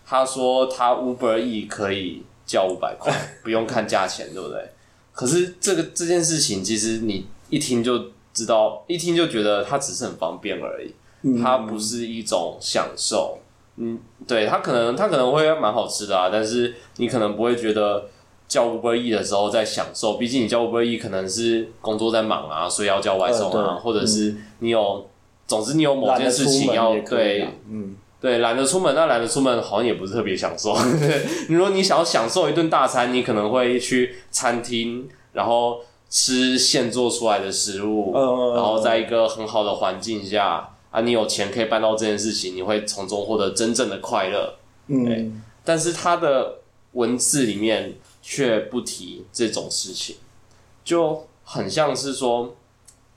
C: 他说他 Uber E 可以叫五百块，不用看价钱，对不对？可是这个这件事情，其实你一听就知道，一听就觉得它只是很方便而已，
B: 嗯
C: 它不是一种享受。嗯，对，它可能它可能会蛮好吃的啊，但是你可能不会觉得叫 Uber E 的时候在享受，毕竟你叫 Uber E 可能是工作在忙啊，所以要叫外送
B: 呃
C: 啊，
B: 对
C: 或者是你有，总之你有某
B: 懒
C: 件
B: 得
C: 事
B: 出
C: 情
B: 门
C: 要
B: 也可以
C: 对
B: 啊嗯，
C: 对，懒得出门，那懒得出门好像也不是特别享受。 (laughs) 对如果你想要享受一顿大餐，你可能会去餐厅，然后吃现做出来的食物，
B: 嗯
C: 然后在一个很好的环境下啊，你有钱可以办到这件事情，你会从中获得真正的快乐。
B: 嗯，
C: 但是他的文字里面却不提这种事情，就很像是说，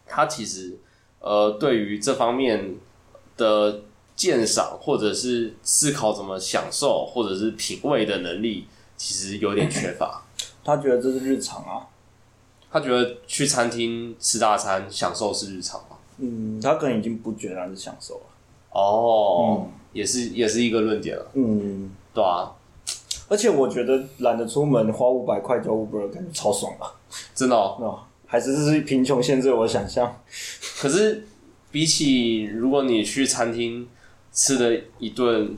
C: 他其实呃对于这方面的鉴赏，或者是思考怎么享受，或者是品味的能力，其实有点缺乏。
B: 他觉得这是日常啊，
C: 他觉得去餐厅吃大餐享受是日常嘛？
B: 嗯，他可能已经不觉得他是享受了，
C: 哦，也是也是一个论点了，
B: 嗯，
C: 对啊，
B: 而且我觉得懒得出门花五百块叫 Uber 感觉超爽啊，
C: 真的、哦。
B: 那还是这是贫穷限制了我的想象，
C: 可是比起如果你去餐厅吃了一顿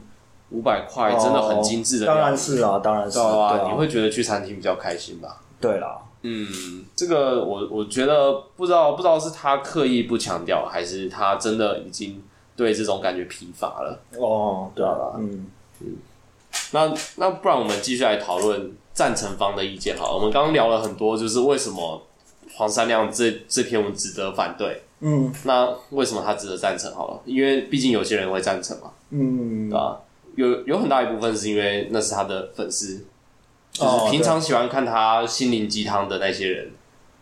C: 五百块，哎真的很精致的料
B: 哦当
C: 理，
B: 然是啊，当然是
C: 对啊，
B: 对
C: 你会觉得去餐厅比较开心吧？
B: 对啦，
C: 嗯，这个我我觉得不知道不知道是他刻意不强调，还是他真的已经对这种感觉疲乏了。
B: 哦，对
C: 对啊
B: 啊，嗯，
C: 那那不然我们继续来讨论赞成方的意见好了。我们刚刚聊了很多，就是为什么黄三亮这这篇文值得反对，
B: 嗯
C: 那为什么他值得赞成好了？因为毕竟有些人会赞成嘛。
B: 嗯
C: 对，吧？有有很大一部分是因为那是他的粉丝，就是
B: 哦
C: 平常喜欢看他心灵鸡汤的那些人，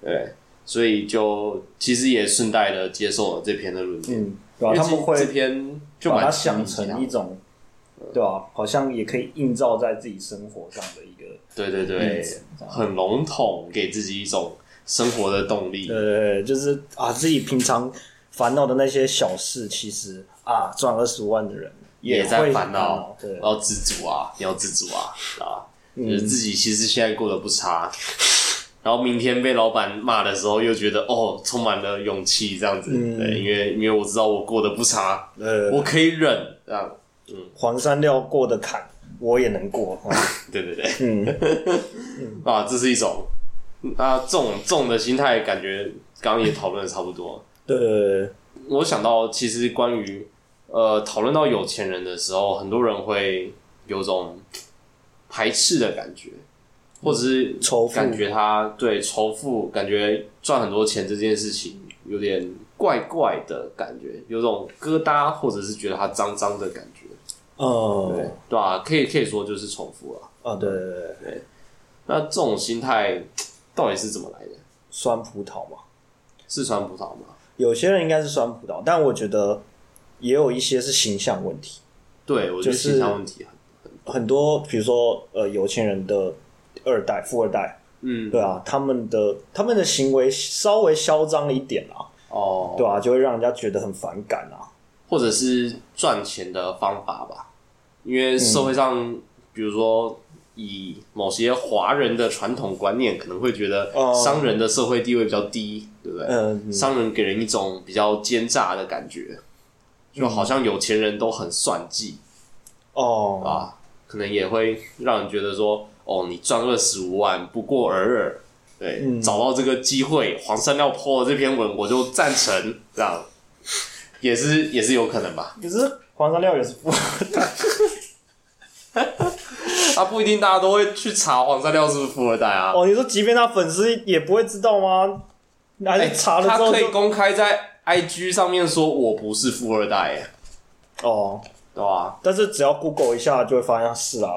C: 对，所以就其实也顺带的接受了这篇的论点，
B: 嗯，对啊，
C: 因为
B: 他
C: 其
B: 们
C: 这
B: 会
C: 篇就
B: 把它
C: 蛮
B: 想
C: 心灵鸡
B: 成
C: 汤
B: 一种，对啊，好像也可以映照在自己生活上的一个，
C: 对对对
B: 例子，
C: 很笼统，给自己一种生活的动力，
B: 呃，就是啊，自己平常烦恼的那些小事，其实啊，赚二十万的人
C: 也
B: 会
C: 在
B: 烦
C: 烦恼，
B: 对
C: 然，后知足啊，你要知足啊，啊，
B: 嗯
C: 就是自己其实现在过得不差， (laughs) 然后明天被老板骂的时候，又觉得哦，充满了勇气这样子，
B: 嗯
C: 对，因为因为我知道我过得不差，
B: 呃，
C: 我可以忍这样，
B: 黄山料过的坎，我也能过。
C: (laughs)
B: 哦
C: 对对对，
B: 嗯
C: (laughs) 啊，这是一种啊，这种这种的心态，感觉刚刚也讨论的差不多。
B: 对对对对
C: 我想到，其实关于呃讨论到有钱人的时候，很多人会有种排斥的感觉，或者是
B: 嗯仇富
C: 感觉他对仇富，感觉赚很多钱这件事情有点怪怪的感觉，有种疙瘩，或者是觉得他脏脏的感觉，对
B: 哦，
C: 对吧、可以可以说就是仇富啊。
B: 啊，对对对对，
C: 那这种心态到底是怎么来的？
B: 酸葡萄嘛，
C: 是酸葡萄吗？
B: 有些人应该是酸葡萄，但我觉得也有一些是形象问题。
C: 对，我觉
B: 就
C: 得
B: 是
C: 心态问题很，
B: 很多，比如说呃，有钱人的二代、富二代，
C: 嗯，
B: 对啊，他们的他们的行为稍微嚣张一点啊，
C: 哦，
B: 对啊，就会让人家觉得很反感啊。
C: 或者是赚钱的方法吧。
B: 嗯
C: 因为社会上，比如说以某些华人的传统观念，可能会觉得
B: 哦
C: 商人的社会地位比较低，对不对？
B: 嗯
C: 商人给人一种比较奸诈的感觉，就好像有钱人都很算计
B: 哦，
C: 啊，可能也会让人觉得说，哦，你赚二十五万不过尔尔。对，
B: 嗯
C: 找到这个机会，黄山料破了这篇文，我就赞成，这样也是也是有可能吧。
B: 可是黄山料也是富 (laughs) 二代，
C: 啊，不一定大家都会去查黄山料是不是富二代啊。
B: 哦，你说即便他粉丝也不会知道吗？还
C: 哎
B: 是查了
C: 他
B: 之后
C: 可以
B: 就
C: 公开在 IG 上面说我不是富二代，哎
B: 哦，
C: 对吧？
B: 但是只要 Google 一下就会发现他是啊，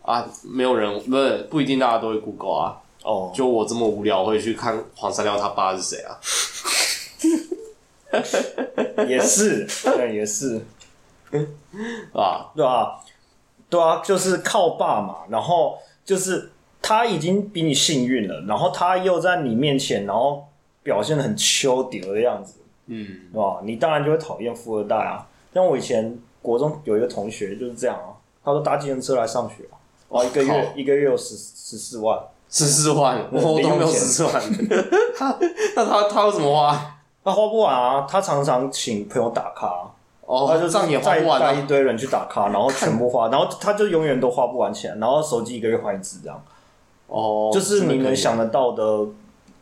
C: 啊，没有人不是不一定大家都会 Google 啊，
B: 哦，
C: 就我这么无聊会去看黄山料他爸是谁啊？
B: 也是，对，也是，
C: 啊，
B: 对啊，对啊，就是靠爸嘛，然后就是他已经比你幸运了，然后他又在你面前，然后表现的很丘屌的样子，
C: 嗯，
B: 对吧？你当然就会讨厌富二代啊。像我以前国中有一个同学就是这样啊，他说搭计程车来上学啊，哇，一个月
C: 哦靠
B: 一个月有十十四万，
C: 十四
B: 嗯
C: 万，我都没有十四万，他 (laughs) 那他他有什么花？
B: 他花不完啊，他常常请朋友打卡啊、他
C: 哦，
B: 就是
C: 账也花
B: 带
C: 不完
B: 带一
C: 啊。
B: 堆人去打卡，然后全部花，然后他就永远都花不完钱，然后手机一个月换一次这样。
C: 哦，
B: 就是你
C: 真的可
B: 能
C: 以，
B: 想得到的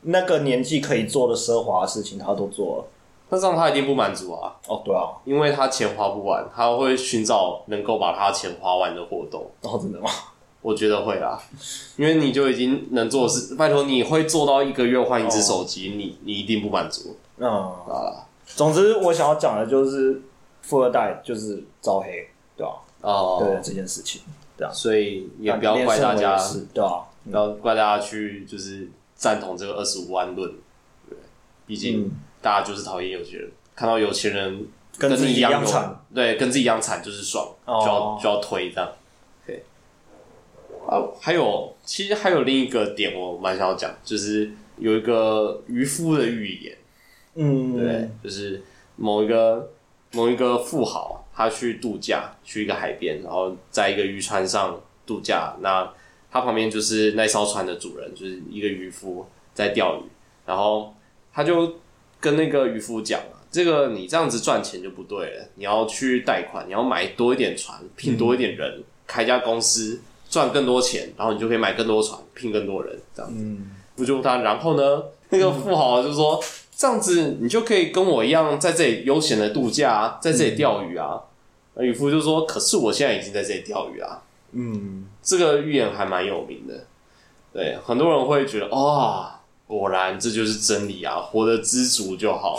B: 那个年纪可以做的奢华的事情，他都做了。
C: 那这样他一定不满足啊，
B: 哦，对啊，
C: 因为他钱花不完，他会寻找能够把他钱花完的活动。
B: 哦，真的吗？
C: 我觉得会啦，因为你就已经能做的事，拜托你会做到一个月换一只手机，
B: 哦
C: 你你一定不满足
B: 嗯，
C: 啊
B: 总之我想要讲的就是富二代就是招黑，对吧、
C: 哦，
B: 对这件事情，对啊，
C: 所以也不要怪大家，
B: 是，对啊，
C: 不要怪大家去就是赞同这个二十五万论，对，毕竟
B: 嗯
C: 大家就是讨厌有钱人，看到有钱人
B: 跟自己
C: 你一
B: 一样
C: 有
B: 惨，
C: 对，跟自己一样惨就是爽，
B: 哦
C: 就要就要推这样。对，啊，还有其实还有另一个点我蛮想要讲，就是有一个渔夫的预言。
B: 嗯，
C: 对，就是某一个某一个富豪，他去度假，去一个海边，然后在一个渔船上度假。那他旁边就是那艘船的主人，就是一个渔夫在钓鱼，然后他就跟那个渔夫讲啊，这个你这样子赚钱就不对了，你要去贷款，你要买多一点船，聘多一点人，开一家公司。赚更多钱，然后你就可以买更多船，聘更多人，这样子。不就他，然后呢，那个富豪就说：“这样子你就可以跟我一样在这里悠闲的度假、啊，在这里钓鱼啊。”那渔夫就说：“可是我现在已经在这里钓鱼啊。
B: 嗯，”
C: 这个预言还蛮有名的，对，很多人会觉得啊、果然这就是真理啊，活得知足就好。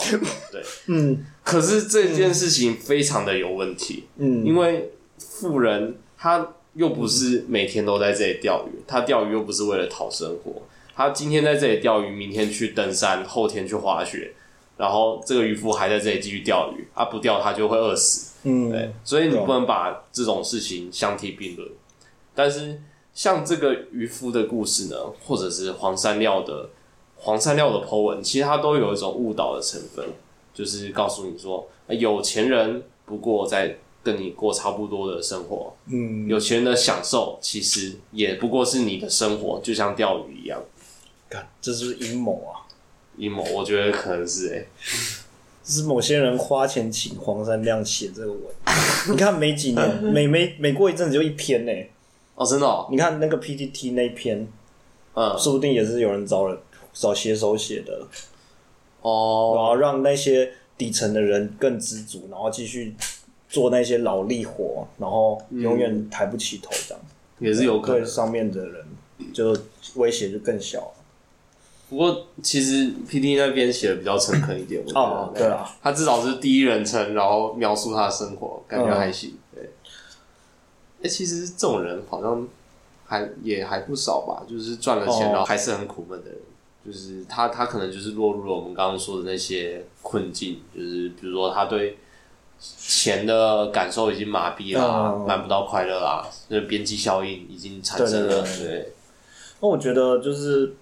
C: 对，
B: (laughs) 嗯，
C: 可是这件事情非常的有问题，
B: 嗯，
C: 因为富人他又不是每天都在这里钓鱼，他钓鱼又不是为了讨生活，他今天在这里钓鱼，明天去登山，后天去滑雪，然后这个渔夫还在这里继续钓鱼，他、不钓他就会饿死。
B: 嗯，
C: 对，所以你
B: 对啊
C: 不能把这种事情相提并论。但是像这个渔夫的故事呢，或者是黄山料的黄山料的 Po 文，其实它都有一种误导的成分，就是告诉你说，呃有钱人不过在跟你过差不多的生活，
B: 嗯，
C: 有钱人的享受其实也不过是你的生活，就像钓鱼一样。
B: 干这是不是阴谋啊？
C: 阴谋，我觉得可能是哎、
B: 是某些人花钱请黄山亮写这个 (laughs) 文。你看没几年，每每每过一阵子就一篇呢、
C: 哦，真的、哦，
B: 你看那个 PTT 那一篇，
C: 嗯，
B: 说不定也是有人找人找写手写的，然
C: 哦，
B: 后让那些底层的人更知足，然后继续做那些劳力活，然后永远抬不起头这样。
C: 也是有可
B: 对
C: 能。
B: 上面的人就威胁就更小了。
C: 不过其实 P D 那边写的比较诚恳一点，我觉得。
B: 哦对啊，
C: 他至少是第一人称，然后描述他的生活，感觉还
B: 嗯
C: 行。对。哎、其实这种人好像还也还不少吧，就是赚了钱，
B: 哦
C: 然后还是很苦闷的人。就是他，他可能就是落入了我们刚刚说的那些困境，就是比如说他对钱的感受已经麻痹啦、
B: 嗯
C: 买不到快乐啦，那边际效应已经产生
B: 对
C: 了。
B: 对对
C: 对
B: 那我觉得就是，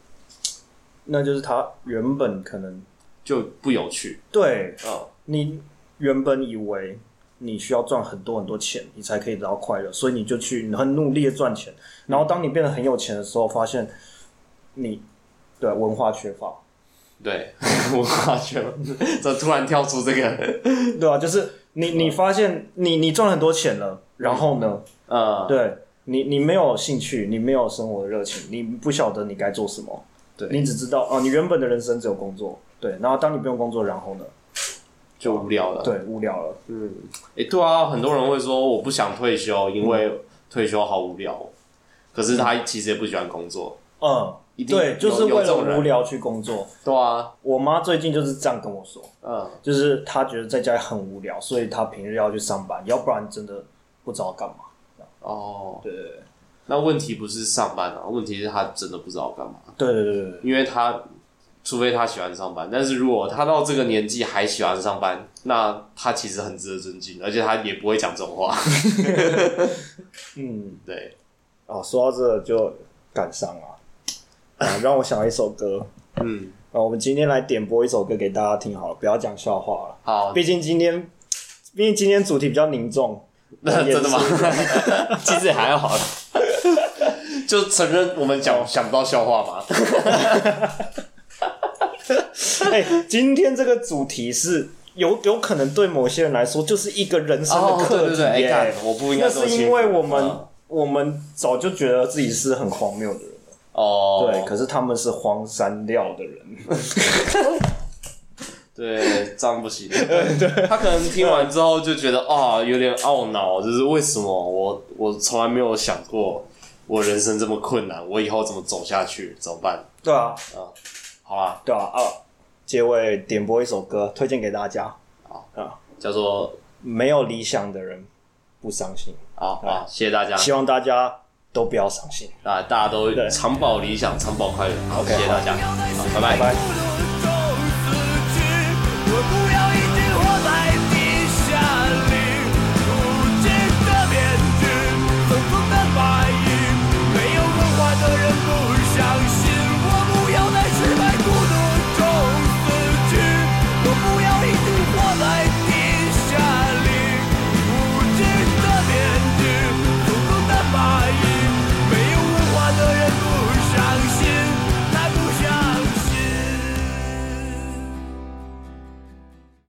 B: 那就是他原本可能
C: 就不有趣。
B: 对
C: 嗯，
B: 你原本以为你需要赚很多很多钱，你才可以得到快乐，所以你就去你很努力的赚钱。然后当你变得很有钱的时候，发现你对文化缺乏，
C: 对， (laughs) 我发觉了，这突然跳出这个，
B: 对啊，就是你你发现你你赚了很多钱了，然后呢，
C: 呃，
B: 对你你没有兴趣，你没有生活的热情，你不晓得你该做什么，
C: 对
B: 你只知道哦、你原本的人生只有工作，对，然后当你不用工作，然后呢，
C: 就无聊了。
B: 对，无聊了，
C: 嗯，诶，对啊，很多人会说我不想退休，因为退休好无聊哦。可是他其实也不喜欢工作，
B: 嗯，
C: 一定
B: 对，
C: 有
B: 就是
C: 有
B: 为
C: 这种
B: 了无
C: 人。
B: 聊去工作。
C: 对啊，
B: 我妈最近就是这样跟我说，
C: 嗯，
B: 就是她觉得在家里很无聊，所以她平日要去上班，要不然真的不知道干嘛。
C: 哦，
B: 对对
C: 那问题不是上班啊，问题是他真的不知道干嘛，
B: 对对对对对，
C: 因为他除非他喜欢上班，但是如果他到这个年纪还喜欢上班，那他其实很值得尊敬，而且他也不会讲这种话。
B: 嗯，
C: (laughs) 对，
B: 哦，说到这就感伤啊， (laughs) 啊，让我想到一首歌。
C: 嗯，
B: 啊，我们今天来点播一首歌给大家听好了，不要讲笑话了。
C: 好，
B: 毕竟今天，毕竟今天主题比较凝 (laughs) 重。
C: (laughs) 真的吗？ (laughs) 其实也还好啦，就承认我们讲想不到笑话嘛。
B: 哎、今天这个主题是有有可能对某些人来说就是一个人生的
C: 哦，对
B: 课
C: 对
B: 题
C: 对，哎、
B: 耶、
C: 干我不应该
B: 那
C: 这么
B: 是
C: 辛苦
B: 因为我们、
C: 嗯
B: 我们早就觉得自己是很荒谬的人，
C: 哦，
B: 对，可是他们是荒山料的人，
C: 对，这样
B: (laughs)
C: 不行。他可能听完之后就觉得啊，有点懊恼，就是为什么我我从来没有想过我人生这么困难，我以后怎么走下去，怎么办？
B: 对啊，
C: 好啦，
B: 对啊啊！结尾点播一首歌，推荐给大家，啊
C: 叫做
B: 没有理想的人不伤心，
C: 啊啊，谢谢大家，
B: 希望大家都不要伤心。
C: 啊，大家都
B: 对
C: 长保理想，长保快乐，好，
B: OK，
C: 谢谢大家，好，拜拜
B: 拜拜
A: 不如